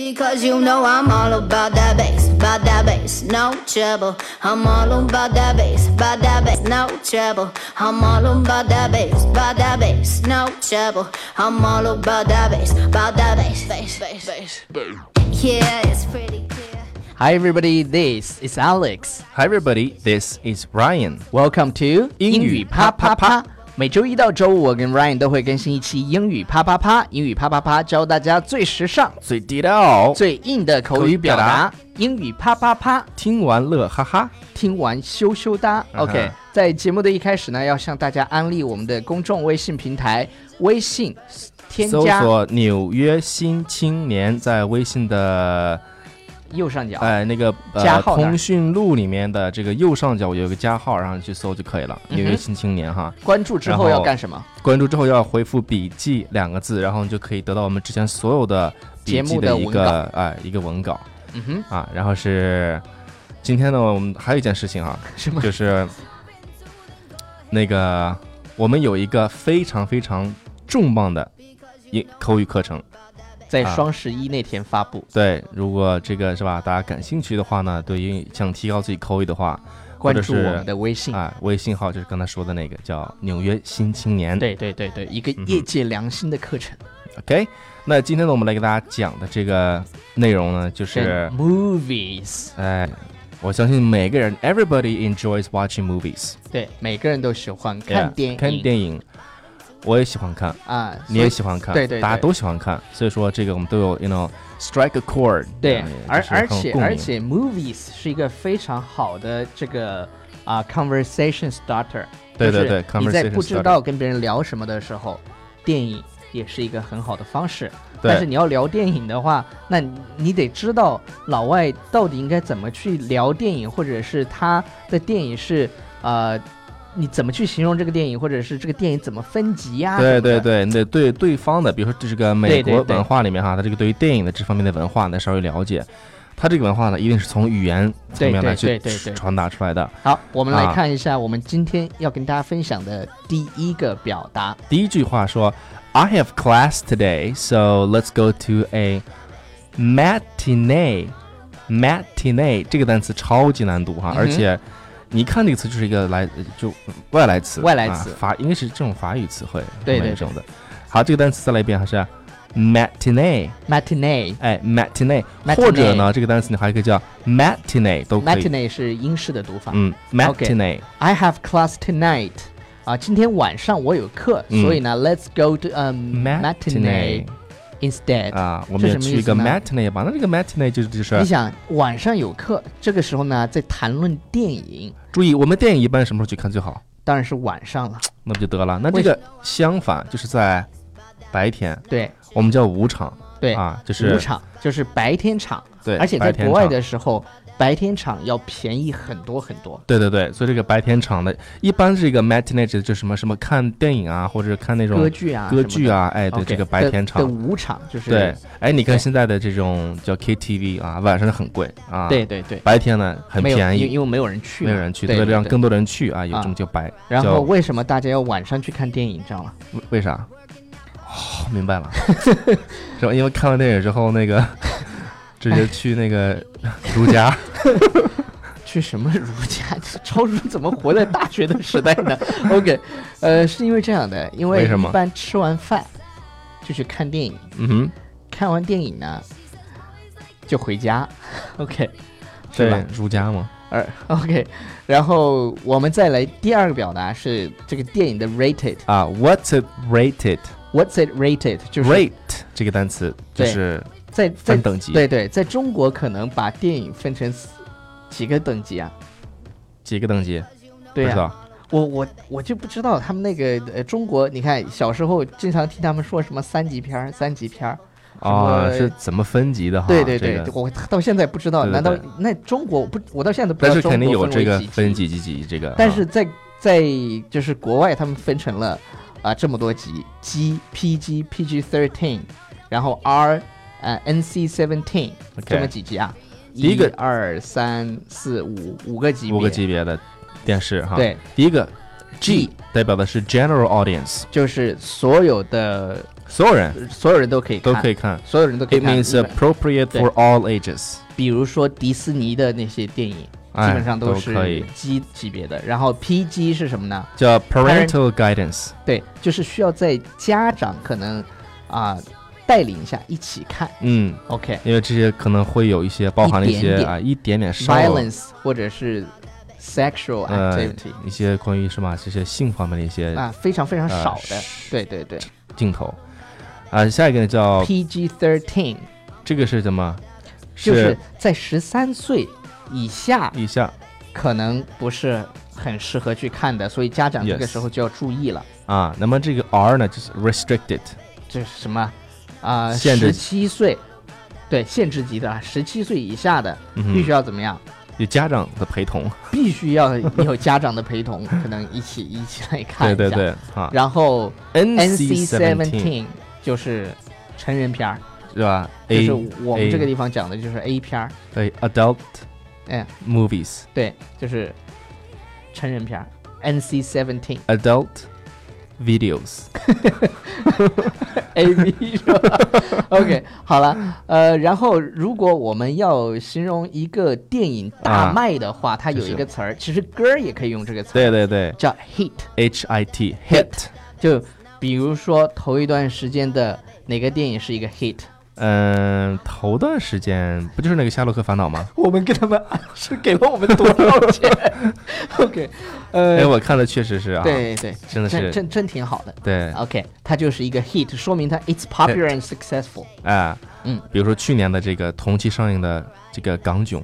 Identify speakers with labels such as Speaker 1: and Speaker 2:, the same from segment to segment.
Speaker 1: Because you know I'm all about that bass, about that bass, no trouble. I'm all about that bass, about that bass, no trouble. I'm all about that bass, about that bass, no trouble. I'm all about that bass, about that bass, bass, bass, bass. Yeah, it's pretty clear.
Speaker 2: Hi everybody, this is Alex.
Speaker 3: Hi everybody, this is Ryan。
Speaker 2: Welcome to
Speaker 3: 英语啪啪啪。
Speaker 2: 每周一到周五，我跟 Ryan 都会更新一期英语啪啪啪。英语啪啪啪，教大家最时尚、
Speaker 3: 最地道，
Speaker 2: 最硬的口
Speaker 3: 口
Speaker 2: 语
Speaker 3: 语
Speaker 2: 表
Speaker 3: 表
Speaker 2: 达
Speaker 3: 达。
Speaker 2: 英语啪啪啪，
Speaker 3: 听完乐哈哈。
Speaker 2: 听完羞羞哒。
Speaker 3: 嗯哼
Speaker 2: OK，在节目的一开始呢，要向大家安利我们的公众微信平台，微信添
Speaker 3: 搜
Speaker 2: 加
Speaker 3: 索“纽约新青年”在微信的
Speaker 2: 右上角。
Speaker 3: 呃那个
Speaker 2: 加
Speaker 3: 呃
Speaker 2: 号那儿
Speaker 3: 通讯录里面的这个右上角有一个加号，然后去搜就可以了。
Speaker 2: 嗯哼
Speaker 3: 纽约新青年哈，
Speaker 2: 关注之后
Speaker 3: 然后
Speaker 2: 要干什么？
Speaker 3: 关注之后要回复“笔记”两个字，然后你就可以得到我们之前所有的笔
Speaker 2: 节
Speaker 3: 记
Speaker 2: 目的
Speaker 3: 一
Speaker 2: 文
Speaker 3: 个哎一个文稿
Speaker 2: 嗯哼，
Speaker 3: 啊。然后是今天呢，我们还有一件事情啊，
Speaker 2: 什么？
Speaker 3: 就是那个我们有一个非常非常重磅的英口语课程。
Speaker 2: 在
Speaker 3: 啊
Speaker 2: 双十一那天发布。
Speaker 3: 对，如果这个是吧，大家感兴趣的话呢，对于想提高自己口语的话，
Speaker 2: 关
Speaker 3: 啊或者
Speaker 2: 注我
Speaker 3: 是
Speaker 2: 们的微信。
Speaker 3: 啊，微信号就是刚才说的那个叫“纽约新青年”。
Speaker 2: 对对对对，一个
Speaker 3: 嗯哼
Speaker 2: 业界良心的课程，
Speaker 3: ，OK。那今天呢，我们来给大家讲的这个内容呢，就
Speaker 2: 跟
Speaker 3: 是
Speaker 2: movies。
Speaker 3: 哎，我相信每个人，everybody enjoys watching movies，
Speaker 2: 对，每个人都喜欢看
Speaker 3: Yeah，
Speaker 2: 电影，
Speaker 3: 看电影，我也喜欢看。
Speaker 2: 啊，
Speaker 3: 你
Speaker 2: 所
Speaker 3: 也喜欢看，
Speaker 2: 对对对
Speaker 3: 大家都喜欢看，所以说这个我们都有，you know strike a chord，
Speaker 2: 以对
Speaker 3: 嗯，
Speaker 2: 而
Speaker 3: 就是很
Speaker 2: 而
Speaker 3: 有
Speaker 2: 且
Speaker 3: 共鸣
Speaker 2: 而且 movies 是一个非常好的这个啊 conversation starter。
Speaker 3: 对对对
Speaker 2: 你在
Speaker 3: conversation
Speaker 2: 不知道跟别人聊什么的时候，电影也是一个很好的方式。但是
Speaker 3: 对
Speaker 2: 你要聊电影的话，那你你得知道老外到底应该怎么去聊电影，或者是他的电影是呃，你怎么去形容这个电影，或者是这个电影怎么分级呀、什
Speaker 3: 对
Speaker 2: 么
Speaker 3: 对
Speaker 2: 的，
Speaker 3: 对，你得对对方的，比如说这是个美
Speaker 2: 对对
Speaker 3: 国
Speaker 2: 对
Speaker 3: 文化里面哈，他这个对于电影的这方面的文化呢稍微了解，他这个文化呢一定是从语言层面
Speaker 2: 对
Speaker 3: 来
Speaker 2: 对
Speaker 3: 去
Speaker 2: 对对对
Speaker 3: 传达出来的。
Speaker 2: 好，我们来
Speaker 3: 啊
Speaker 2: 看一下我们今天要跟大家分享的第一个表达。
Speaker 3: 第一句话说，I have class today, so let's go to a matinee。matinee 这个单词超级难读哈
Speaker 2: 嗯，哼
Speaker 3: 而且你一看这个词就是一个来就外来词，
Speaker 2: 外来词
Speaker 3: 啊、法应该是这种法语词汇，
Speaker 2: 对对
Speaker 3: 这种的。好，这个单词再来一遍，还是啊 matinee，
Speaker 2: matinee
Speaker 3: 哎，matinee，
Speaker 2: Matinee
Speaker 3: 或者呢，这个单词你还可以叫 matinee 都可以。
Speaker 2: matinee 是英式的读法。
Speaker 3: 嗯
Speaker 2: OK
Speaker 3: ，matinee，
Speaker 2: I have class tonight。啊，今天晚上我有课，
Speaker 3: 嗯
Speaker 2: 所以呢，Let's go to a matinee instead。
Speaker 3: 啊，我们也
Speaker 2: 这什么
Speaker 3: 去一个
Speaker 2: 意思呢
Speaker 3: matinee 吧。那这个 matinee 就是就是
Speaker 2: 你想晚上有课，这个时候呢，在谈论电影，
Speaker 3: 注意，我们电影一般什么时候去看最好？
Speaker 2: 当然是晚上了。
Speaker 3: 那不就得了？那
Speaker 2: 为
Speaker 3: 这个相反就是在白天，
Speaker 2: 对
Speaker 3: 我们叫午场，
Speaker 2: 对，
Speaker 3: 啊，就是
Speaker 2: 午场就是白天场，
Speaker 3: 对，
Speaker 2: 而且在
Speaker 3: 白天
Speaker 2: 国外
Speaker 3: 场
Speaker 2: 的时候，白天场要便宜很多很多。
Speaker 3: 对对对，所以这个白天场的，一般这个 matinee 指的就是什么什么看电影啊，或者是看那种
Speaker 2: 歌剧啊，
Speaker 3: 歌剧
Speaker 2: 啊，
Speaker 3: 啊，哎，对
Speaker 2: OK，
Speaker 3: 这个白天
Speaker 2: 的的
Speaker 3: 场，
Speaker 2: 午场就是
Speaker 3: 对，哎，你
Speaker 2: 对
Speaker 3: 看现在的这种叫 KTV 啊，晚上很贵啊，
Speaker 2: 对，对对，
Speaker 3: 白天呢很
Speaker 2: 没有
Speaker 3: 便
Speaker 2: 因为
Speaker 3: 宜，
Speaker 2: 因为没有人去嘛，
Speaker 3: 没有人去，
Speaker 2: 对
Speaker 3: 为了
Speaker 2: 对
Speaker 3: 让
Speaker 2: 对
Speaker 3: 更多的人去啊，有
Speaker 2: 啊
Speaker 3: 这种叫白，
Speaker 2: 然
Speaker 3: 叫
Speaker 2: 后为什么大家要晚上去看电影，你知道吗？
Speaker 3: 为为啥？哦，明白了， 是吧？因为看完电影之后，那个直接去那个如家。
Speaker 2: 去什么儒家？ 超叔怎么活在大学的时代呢 ？OK，呃，是因为这样的，因为
Speaker 3: 为什
Speaker 2: 一
Speaker 3: 么
Speaker 2: 般吃完饭就去看电影，
Speaker 3: 嗯哼。
Speaker 2: 看完电影呢就回家，OK，是 吧
Speaker 3: 对，？儒家嘛，
Speaker 2: 而 OK，然后我们再来第二个表达是这个电影的 rated，What's
Speaker 3: 啊，What's it rated？rate
Speaker 2: it rated？就是
Speaker 3: 这个单词就
Speaker 2: 对
Speaker 3: 是
Speaker 2: 在在
Speaker 3: 分等级，
Speaker 2: 对对，在中国可能把电影分成四几个等级啊？
Speaker 3: 几个等级？
Speaker 2: 对
Speaker 3: 不
Speaker 2: 呀、
Speaker 3: 知道
Speaker 2: 我我我就不知道他们那个呃中国，你看小时候经常听他们说什么三级片儿、三级片儿，什
Speaker 3: 啊
Speaker 2: 么
Speaker 3: 是怎么分级的哈？
Speaker 2: 对对
Speaker 3: 啊这
Speaker 2: 对，
Speaker 3: 个
Speaker 2: 我到现在不知道，
Speaker 3: 对对
Speaker 2: 难道
Speaker 3: 对
Speaker 2: 那中国我不我到现在都不知
Speaker 3: 但
Speaker 2: 道
Speaker 3: 是
Speaker 2: 中
Speaker 3: 肯定
Speaker 2: 国
Speaker 3: 有
Speaker 2: 为
Speaker 3: 这个
Speaker 2: 几级
Speaker 3: 分级几级这个啊，
Speaker 2: 但是在在就是国外他们分成了啊、这么多级，G、PG、PG thirteen，然后 R 呃 NC seventeen 这么
Speaker 3: OK
Speaker 2: 几级啊？
Speaker 3: 第一个
Speaker 2: 二三四五五个级别，
Speaker 3: 五个级别的电视哈，
Speaker 2: 对，
Speaker 3: 第一个 G 代表的是 general audience，
Speaker 2: 就是所有的
Speaker 3: 所有人
Speaker 2: 所有人都可以
Speaker 3: 都
Speaker 2: 看，
Speaker 3: 可以看。
Speaker 2: 所有人都可以
Speaker 3: It
Speaker 2: 看。
Speaker 3: means appropriate
Speaker 2: 对
Speaker 3: for all ages，
Speaker 2: 比如说迪士尼的那些电影，
Speaker 3: 哎
Speaker 2: 基本上
Speaker 3: 都可
Speaker 2: 是
Speaker 3: 以
Speaker 2: G 级别的。然后 PG 是什么呢？
Speaker 3: 叫 parental guidance。
Speaker 2: 对，就是需要在家长可能啊、带领一下一起看。
Speaker 3: 嗯，
Speaker 2: OK，violence、
Speaker 3: 因为这些可能会有一些包含了一
Speaker 2: 一点
Speaker 3: 些
Speaker 2: 点
Speaker 3: 啊一点点稍微
Speaker 2: Violence 或者是 sexual
Speaker 3: 呃
Speaker 2: activity、
Speaker 3: 一些关于什么这些性方面的一些
Speaker 2: 啊，非常非常少的。
Speaker 3: 呃
Speaker 2: 对对对
Speaker 3: 镜头。啊，下一个呢叫
Speaker 2: ，PG thirteen
Speaker 3: 这个是什么？
Speaker 2: 就是在十三岁以下
Speaker 3: 以下
Speaker 2: 可能不是很适合去看的，所以家长这个
Speaker 3: Yes
Speaker 2: 时候就要注意了。
Speaker 3: 啊，那么这个 R 呢就是 restricted，
Speaker 2: 这是什么啊？
Speaker 3: 限
Speaker 2: 十
Speaker 3: 制
Speaker 2: 七岁，对，限制级的啊，十七岁以下的
Speaker 3: 嗯
Speaker 2: 必须
Speaker 3: 哼，
Speaker 2: 要怎么样？
Speaker 3: 有家长的陪同。
Speaker 2: 必须要有家长的陪同，可能一起一起来看
Speaker 3: 对
Speaker 2: 一下。
Speaker 3: 对。对啊
Speaker 2: 然后 NC
Speaker 3: seventeen
Speaker 2: seventeen 就是成人片儿，
Speaker 3: 是吧
Speaker 2: 就
Speaker 3: ？A
Speaker 2: 是我们这个地方讲的就是 A 片儿，
Speaker 3: 对 adult
Speaker 2: 哎
Speaker 3: movies
Speaker 2: 对，就是成人片儿。NC seventeen
Speaker 3: adult videos
Speaker 2: A V 是吧？OK，好了，呃，然后如果我们要形容一个电影大
Speaker 3: 啊
Speaker 2: 卖的话，它
Speaker 3: 就
Speaker 2: 有一
Speaker 3: 是
Speaker 2: 个词儿，其实歌儿也可以用这个词儿，
Speaker 3: 对对对
Speaker 2: 叫 hit。
Speaker 3: ，H I T hit，
Speaker 2: 就比如说头一段时间的哪个电影是一个 hit，
Speaker 3: 嗯，头段时间不就是那个《夏洛克烦恼》吗？
Speaker 2: 我们跟他们是给了我们多少钱 ？OK，呃，
Speaker 3: 哎，我看的确实是啊，
Speaker 2: 对对，
Speaker 3: 真的
Speaker 2: 真
Speaker 3: 是哎
Speaker 2: 真真挺好的。
Speaker 3: 对，
Speaker 2: OK，它就是一个 hit，说明它 it's popular and successful
Speaker 3: 哎，
Speaker 2: 嗯，
Speaker 3: 比如说去年的这个同期上映的这个《港囧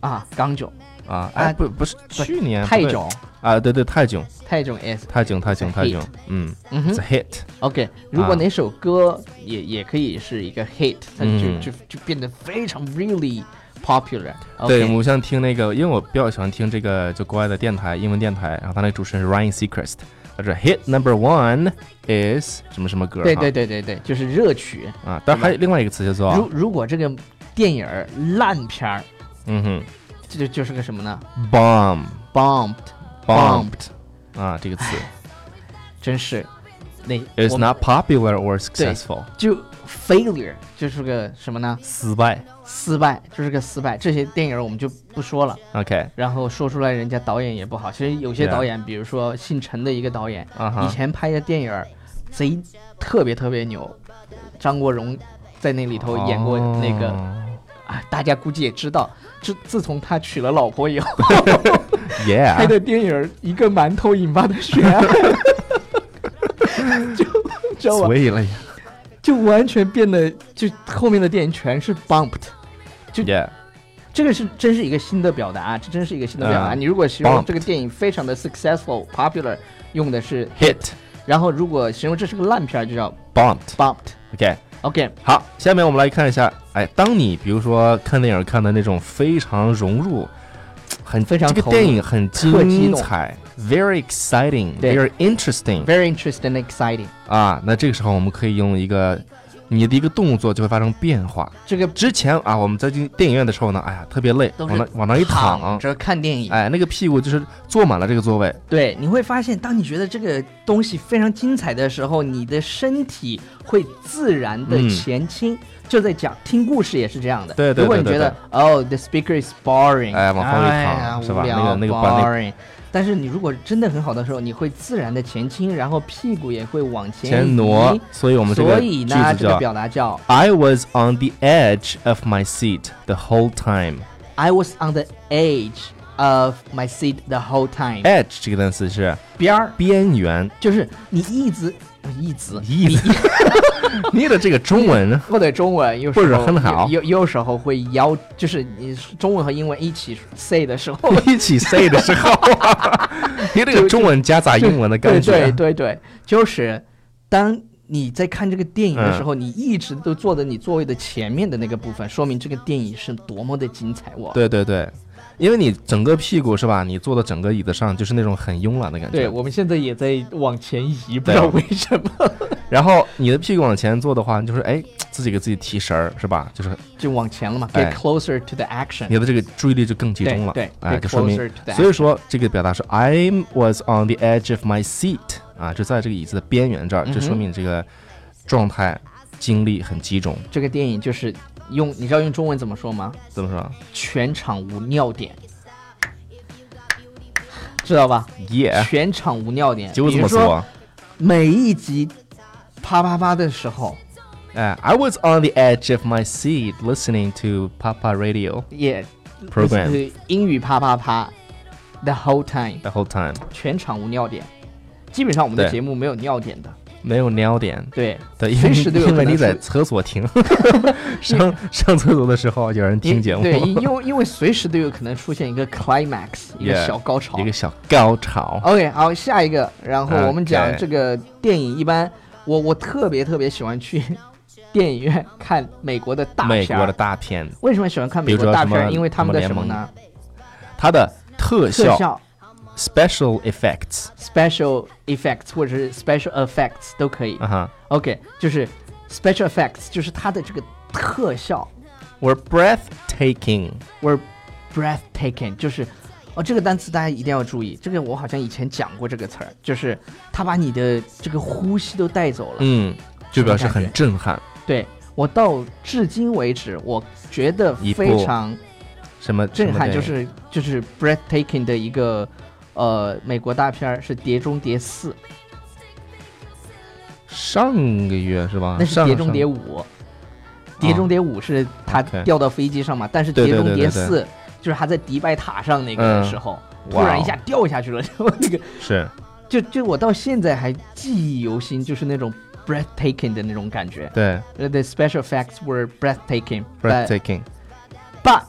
Speaker 2: 啊。港囧、》
Speaker 3: 啊，
Speaker 2: 啊
Speaker 3: 哎，不不是去年
Speaker 2: 泰
Speaker 3: 不对
Speaker 2: 囧、
Speaker 3: 啊，对对泰囧
Speaker 2: 泰囧 S，
Speaker 3: 泰囧泰
Speaker 2: It's
Speaker 3: 囧
Speaker 2: a
Speaker 3: 泰囧，嗯
Speaker 2: 嗯
Speaker 3: ，It's
Speaker 2: 哼
Speaker 3: a hit，
Speaker 2: ，OK。如果
Speaker 3: 啊
Speaker 2: 哪首歌也也可以是一个 hit，它就
Speaker 3: 嗯
Speaker 2: 就就变得非常 really popular。
Speaker 3: 对，我像听那个，因为我比较喜欢听这个就国外的电台，英文电台，然后他那个主持人是 Ryan Seacrest，他说 Hit Number One is 什么什么歌，
Speaker 2: 对
Speaker 3: 哈
Speaker 2: 对对对对，就是热曲。
Speaker 3: 啊，当然还有另外一个词叫
Speaker 2: 如
Speaker 3: 做，
Speaker 2: 如果这个电影儿烂片儿，
Speaker 3: 嗯哼
Speaker 2: 这就就是个什么呢
Speaker 3: ，Bomb
Speaker 2: ？bombed，
Speaker 3: bombed 啊这个词
Speaker 2: 真是那 我
Speaker 3: is
Speaker 2: 们
Speaker 3: not popular or successful，
Speaker 2: 就 failure，就是个什么呢？
Speaker 3: 失败
Speaker 2: 失败，就是个失败。这些电影儿我们就不说了，
Speaker 3: ，OK
Speaker 2: 然后说出来人家导演也不好。其实有些
Speaker 3: Yeah
Speaker 2: 导演，比如说姓陈的一个导演，
Speaker 3: 啊
Speaker 2: 以
Speaker 3: 哈，
Speaker 2: 前拍的电影儿贼特别特别牛，张国荣在那里头演过那个、
Speaker 3: 哦
Speaker 2: 啊，大家估计也知道，自自从他娶了老婆以后。 拍
Speaker 3: Yeah，
Speaker 2: 的电影《一个馒头引发的血案》 就，知道吧？
Speaker 3: 所以了呀
Speaker 2: 就完全变得，就后面的电影全是 bumped。就
Speaker 3: ，Yeah，
Speaker 2: 这个是真是一个新的表达啊，这真是一个新的表达。
Speaker 3: 嗯
Speaker 2: 你如果形容
Speaker 3: bumped
Speaker 2: 这个电影非常的 successful、popular，用的是
Speaker 3: hit
Speaker 2: 然后如果形容这是个烂片儿，就叫
Speaker 3: bombed
Speaker 2: bumped。
Speaker 3: OK。
Speaker 2: OK，
Speaker 3: 好，下面我们来看一下，哎，当你比如说看电影看的那种非常融入，很
Speaker 2: 非常
Speaker 3: 这
Speaker 2: 投
Speaker 3: 个
Speaker 2: 入
Speaker 3: 电影很
Speaker 2: 特激
Speaker 3: 精
Speaker 2: 动
Speaker 3: 彩
Speaker 2: 对
Speaker 3: ，very exciting，very interesting
Speaker 2: very interesting and exciting。
Speaker 3: 啊，那这个时候我们可以用一个你的一个动作就会发生变化。
Speaker 2: 这个
Speaker 3: 之前啊，我们在进电影院的时候呢，哎呀，特别累，
Speaker 2: 都是
Speaker 3: 往那往那一
Speaker 2: 躺
Speaker 3: 躺，
Speaker 2: 着看电影，
Speaker 3: 哎，那个屁股就是坐满了这个座位，
Speaker 2: 对，你会发现，当你觉得这个东西非常精彩的时候，你的身体会自然的
Speaker 3: 嗯
Speaker 2: 前倾。就在讲听故事也是这样的。
Speaker 3: 对对
Speaker 2: 如果
Speaker 3: 对
Speaker 2: 你觉
Speaker 3: 对
Speaker 2: 得哦，the speaker is boring，
Speaker 3: 哎往后一躺
Speaker 2: 呀
Speaker 3: 是吧
Speaker 2: 无聊
Speaker 3: 那个那个把那
Speaker 2: boring。但是你如果真的很好的时候，你会自然的前倾，然后屁股也会往前
Speaker 3: 前挪
Speaker 2: 移。，
Speaker 3: 所以我们这
Speaker 2: 所
Speaker 3: 个
Speaker 2: 以
Speaker 3: 句
Speaker 2: 呢，
Speaker 3: 子
Speaker 2: 这个
Speaker 3: 叫
Speaker 2: 表达叫
Speaker 3: I was on the edge of my seat the whole time。
Speaker 2: I was on the edge of my seat the whole time。
Speaker 3: edge 这个单词是
Speaker 2: 边儿
Speaker 3: 边缘，
Speaker 2: 就是你一直呃一直
Speaker 3: 意思。 你的这个中文
Speaker 2: 我的中文有时
Speaker 3: 不是
Speaker 2: 候
Speaker 3: 很好
Speaker 2: 有有有时候会要，就是你中文和英文一起 say 的时候，
Speaker 3: 一起 say 的 时候，你这个中文夹杂 英文的
Speaker 2: 对
Speaker 3: 感觉，
Speaker 2: 对对对，就是当你在看这个电影的时候，
Speaker 3: 嗯
Speaker 2: 你一直都坐在你座位的前面的那个部分，说明这个电影是多么的精彩哇！
Speaker 3: 对对对因为你整个屁股是吧？你坐到整个椅子上，就是那种很慵懒的感
Speaker 2: 对，
Speaker 3: 觉。
Speaker 2: 我们现在也在往前移，不知道为什么。
Speaker 3: 然后你的屁股往前坐的话，你就是哎，自自己给自己提神儿，是吧？就是
Speaker 2: 就往前了嘛
Speaker 3: 哎
Speaker 2: ，get closer to the action。
Speaker 3: 你的这个注意力就更集中了，
Speaker 2: 对对
Speaker 3: 哎，
Speaker 2: get
Speaker 3: 就说明
Speaker 2: closer to the，action
Speaker 3: 所以说这个表达是 I was on the edge of my seat 啊，就在这个椅子的边缘这儿，
Speaker 2: 嗯哼
Speaker 3: 就说明你这个状态精力很集中，
Speaker 2: 这个电影就是用，你知道用中文怎么说吗？
Speaker 3: 怎么说
Speaker 2: 全场无尿点，知道吧？
Speaker 3: ？Yeah，
Speaker 2: 全场无尿点，
Speaker 3: 就
Speaker 2: 比
Speaker 3: 这么
Speaker 2: 如说
Speaker 3: 说，
Speaker 2: 每一集啪啪啪的时候，
Speaker 3: 哎，I was on the edge of my seat listening to Papa Radio
Speaker 2: 也
Speaker 3: program
Speaker 2: 就是英语啪啪啪，the whole time，
Speaker 3: the whole time，
Speaker 2: 全场无尿点。基本上我们的
Speaker 3: 对
Speaker 2: 节目没有尿点的，
Speaker 3: 没有尿点。
Speaker 2: 对，
Speaker 3: 对，因
Speaker 2: 随
Speaker 3: 为
Speaker 2: 时都有
Speaker 3: 因为
Speaker 2: 可能
Speaker 3: 你在
Speaker 2: 是
Speaker 3: 厕 所听，上上厕所的时候有人听节目，
Speaker 2: 对，因因为因为随时都有可能出现一个 climax，一个
Speaker 3: Yeah，
Speaker 2: 小高潮
Speaker 3: 一。个小高潮。
Speaker 2: OK，好，下一个，然后我们讲
Speaker 3: OK
Speaker 2: 这个电影，一般我我特别特别喜欢去电影院看美国的大
Speaker 3: 美
Speaker 2: 片
Speaker 3: 国
Speaker 2: 儿。
Speaker 3: 的大片，
Speaker 2: 为什么喜欢看
Speaker 3: 比
Speaker 2: 美
Speaker 3: 如
Speaker 2: 国
Speaker 3: 说
Speaker 2: 大
Speaker 3: 什
Speaker 2: 片儿？
Speaker 3: 么
Speaker 2: 因为他们的
Speaker 3: 什
Speaker 2: 什
Speaker 3: 么
Speaker 2: 么
Speaker 3: 联
Speaker 2: 呢？
Speaker 3: 它的特
Speaker 2: 特
Speaker 3: 效
Speaker 2: 效、
Speaker 3: special effects
Speaker 2: special effects 或者是 special effects 都可以
Speaker 3: 啊。哈
Speaker 2: OK，就是 special effects，就是它的这个特效
Speaker 3: ，were breathtaking。
Speaker 2: were breathtaking，就是哦，这个单词大家一定要注意。这个我好像以前讲过这个词儿，就是它把你的这个呼吸都带走了。
Speaker 3: 嗯，就表示
Speaker 2: 什么
Speaker 3: 很
Speaker 2: 感
Speaker 3: 震撼。
Speaker 2: 对我到至今为止，我觉得
Speaker 3: 一部
Speaker 2: 非常
Speaker 3: 什么
Speaker 2: 震撼，就
Speaker 3: 什么
Speaker 2: 是就是 breathtaking 的一个呃美国大片儿是《碟中谍四》，
Speaker 3: 电影上个月是吧？
Speaker 2: 那是
Speaker 3: 上
Speaker 2: 《碟中谍
Speaker 3: 啊上啊
Speaker 2: 五》，《碟中谍五》是他
Speaker 3: OK
Speaker 2: 掉到飞机上嘛，但是《
Speaker 3: 对
Speaker 2: 碟
Speaker 3: 对
Speaker 2: 中
Speaker 3: 对
Speaker 2: 谍
Speaker 3: 对对
Speaker 2: 四》就是他在迪拜塔上那个
Speaker 3: 嗯
Speaker 2: 时候，突
Speaker 3: 哇
Speaker 2: 然一
Speaker 3: 哦
Speaker 2: 下掉下去了， 然后那个
Speaker 3: 是
Speaker 2: 就就我到现在还记忆犹新，就是那种 breathtaking 的那种感觉。呃
Speaker 3: 对
Speaker 2: The special effects were breathtaking, but
Speaker 3: breathtaking。
Speaker 2: but，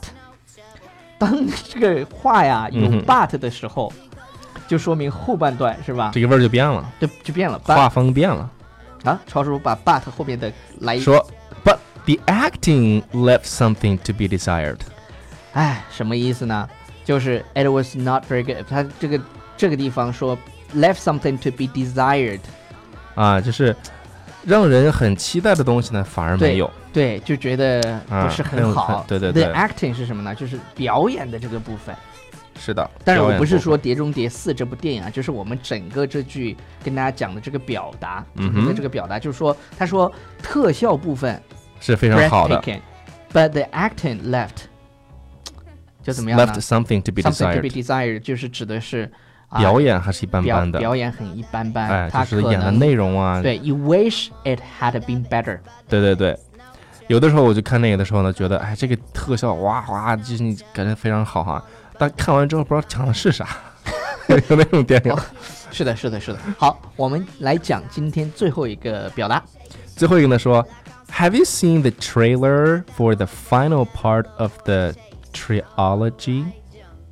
Speaker 2: 当这个话呀有
Speaker 3: 嗯哼
Speaker 2: but 的时候，就说明后半段是吧？
Speaker 3: 这个味儿就变了，
Speaker 2: 就就变了。but
Speaker 3: 画风变了。
Speaker 2: 啊，超叔把 but 后面的来一，
Speaker 3: 说，but the acting left something to be desired。
Speaker 2: 哎，什么意思呢？就是 it was not very good。他这个这个地方说 left something to be desired，
Speaker 3: 啊，就是让人很期待的东西呢，反而
Speaker 2: 对
Speaker 3: 没有。
Speaker 2: 对，就觉得
Speaker 3: 啊
Speaker 2: 不是
Speaker 3: 很有
Speaker 2: 好
Speaker 3: 看。对对
Speaker 2: The
Speaker 3: 对
Speaker 2: acting 是什么呢？就是表演的这个部分。
Speaker 3: 是的，
Speaker 2: 但是
Speaker 3: 表
Speaker 2: 我
Speaker 3: 演
Speaker 2: 不是
Speaker 3: 部
Speaker 2: 说《碟中谍四》这部电影啊，就是我们整个这句跟大家讲的这个表达，
Speaker 3: 嗯哼
Speaker 2: 整个这个表达就是说，他说特效部分
Speaker 3: 分是非常好的
Speaker 2: breathtaking，but the acting left 就怎么样呢
Speaker 3: ，left something to be
Speaker 2: ？Something to be
Speaker 3: desired。
Speaker 2: desired 就是指的是、啊、
Speaker 3: 表演还是一般
Speaker 2: 表
Speaker 3: 般的，
Speaker 2: 表演很一般般，
Speaker 3: 哎，
Speaker 2: 他
Speaker 3: 就
Speaker 2: 可
Speaker 3: 是
Speaker 2: 能
Speaker 3: 演的内容啊，
Speaker 2: 对，you wish it had been better，
Speaker 3: 对对对，有的时候我就看那个的时候呢，觉得哎，这个特效哇哇，就是你感觉非常好哈，但看完之后不知道讲的 是啥，有那种电
Speaker 2: 哦
Speaker 3: 影。
Speaker 2: 是的，是的，是的。好，我们来讲今天最后一个表达，
Speaker 3: 最后一个呢说，Have you seen the trailer for the final part of the trilogy?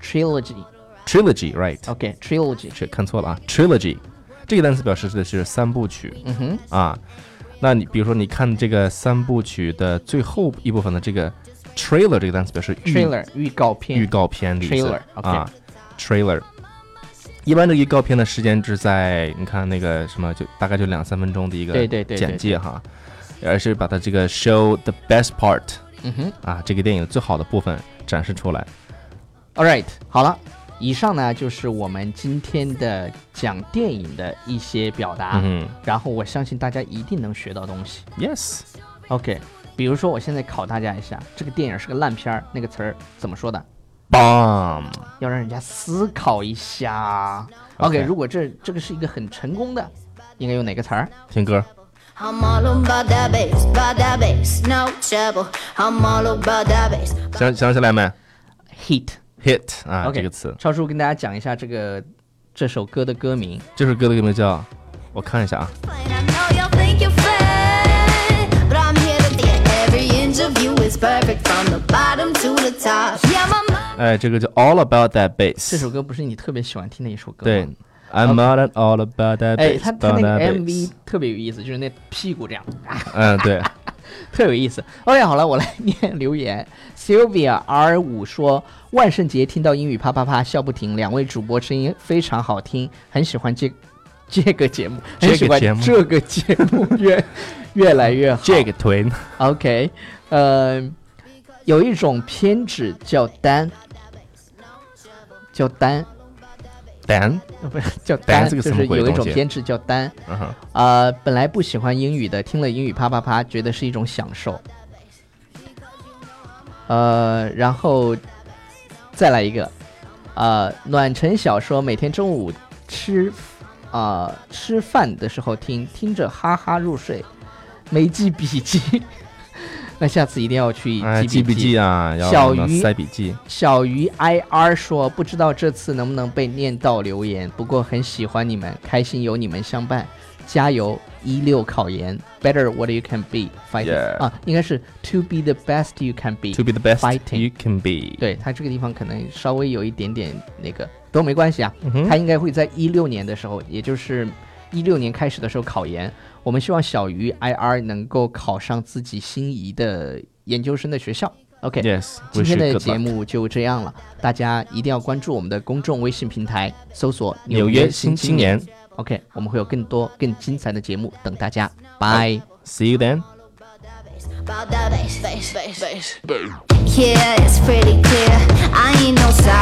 Speaker 2: trilogy。
Speaker 3: Trilogy, right?
Speaker 2: 哦 OK，trilogy、
Speaker 3: 是看错了啊，trilogy 这个单词表示的是三部曲。
Speaker 2: 嗯哼，
Speaker 3: 啊。那你比如说，你看这个三部曲的最后一部分的这个 trailer 这个单词表示预
Speaker 2: trailer 预告片，
Speaker 3: 预告片的意思
Speaker 2: Trailer，
Speaker 3: 啊，trailer。一般的预告片的时间是在你看那个什么，就大概就两三分钟的一个
Speaker 2: 对对对对
Speaker 3: 简介哈，而是把它这个 show the best part
Speaker 2: 嗯哼
Speaker 3: 啊，这个电影最好的部分展示出来。
Speaker 2: ，All right，好了，以上呢就是我们今天的讲电影的一些表达，
Speaker 3: 嗯
Speaker 2: 然后我相信大家一定能学到东西。
Speaker 3: ，yes，
Speaker 2: OK，比如说我现在考大家一下，这个电影是个烂片儿，那个词儿怎么说的？
Speaker 3: bomb，
Speaker 2: 要让人家思考一下。
Speaker 3: OK
Speaker 2: OK，如果这这个是一个很成功的，应该用哪个词儿？
Speaker 3: 听歌。
Speaker 1: I'm all about that bass, about that bass, no trouble. I'm all about that bass.
Speaker 3: 想想起来没
Speaker 2: hit。
Speaker 3: ？hit 啊
Speaker 2: OK，
Speaker 3: 这个词，
Speaker 2: 超叔跟大家讲一下这个这首歌的歌名。
Speaker 3: 这首歌的歌名叫，我看一下啊。
Speaker 1: I know you think you're fine, but I'm here to get every inch of you is perfect from the bottom to the top. Yeah, my mind.
Speaker 3: 哎，这个叫 All About That
Speaker 2: 这
Speaker 3: Bass，
Speaker 2: 首歌不是你特别喜欢听的一首歌吗？
Speaker 3: 对，I'm not an all about that
Speaker 2: 哎，
Speaker 3: bass，
Speaker 2: 他他
Speaker 3: about
Speaker 2: 那个
Speaker 3: that bass
Speaker 2: MV 特别有意思，就是那屁股这样，啊，
Speaker 3: 嗯，对，
Speaker 2: 特有意思。OK，好了，我来念 留言。Sylvia R 五说，万圣节听到英语啪啪啪笑不停，两位主播声音非常好听，很喜欢这 这个节目，
Speaker 3: 这
Speaker 2: 很喜
Speaker 3: 个
Speaker 2: 欢
Speaker 3: 节目
Speaker 2: 这个节目越越来越好。
Speaker 3: 这个臀
Speaker 2: OK，呃，有一种偏执叫单，叫单，
Speaker 3: 蛋，
Speaker 2: 呃不是叫
Speaker 3: 单
Speaker 2: 单，
Speaker 3: 这个
Speaker 2: 就
Speaker 3: 什么
Speaker 2: 是
Speaker 3: 鬼
Speaker 2: 有一
Speaker 3: 东
Speaker 2: 种
Speaker 3: 西
Speaker 2: 偏执叫单。
Speaker 3: 嗯哼，
Speaker 2: 呃，本来不喜欢英语的，听了英语啪啪啪，觉得是一种享受。呃，然后再来一个，呃，暖城小说每天中午吃，啊、吃饭的时候听，听着哈哈入睡，没记笔记。 那下次一定要去
Speaker 3: 哎，
Speaker 2: 记
Speaker 3: 记笔记啊，要
Speaker 2: 小
Speaker 3: 那
Speaker 2: 鱼
Speaker 3: 塞笔记，
Speaker 2: 小鱼 IR 说：“不知道这次能不能被念到留言，不过很喜欢你们，开心有你们相伴，加油！一六考研，Better what you can be fighting
Speaker 3: Yeah
Speaker 2: 啊，应该是 To be the best you can be。
Speaker 3: To be the best
Speaker 2: Fighting
Speaker 3: you can be。，
Speaker 2: 对他这个地方可能稍微有一点点那个，都没关系啊。
Speaker 3: 嗯哼
Speaker 2: 他应该会在一六年的时候，也就是一六年开始的时候考研。我们希望小鱼 IR 能够考上自己心仪的研究生的学校。OK，
Speaker 3: ，Yes，
Speaker 2: 今
Speaker 3: wish you
Speaker 2: 天的
Speaker 3: good
Speaker 2: 节
Speaker 3: luck
Speaker 2: 目就这样了，大家一定要关注我们的公众微信平台，搜索“
Speaker 3: 纽约
Speaker 2: 约
Speaker 3: 新青
Speaker 2: 青
Speaker 3: 年。
Speaker 2: ”OK，我们会有更多更精彩的节目等大家，拜。
Speaker 3: See you then。
Speaker 1: About that bass, bass, bass, bass. Yeah, it's pretty clear. I ain't no side.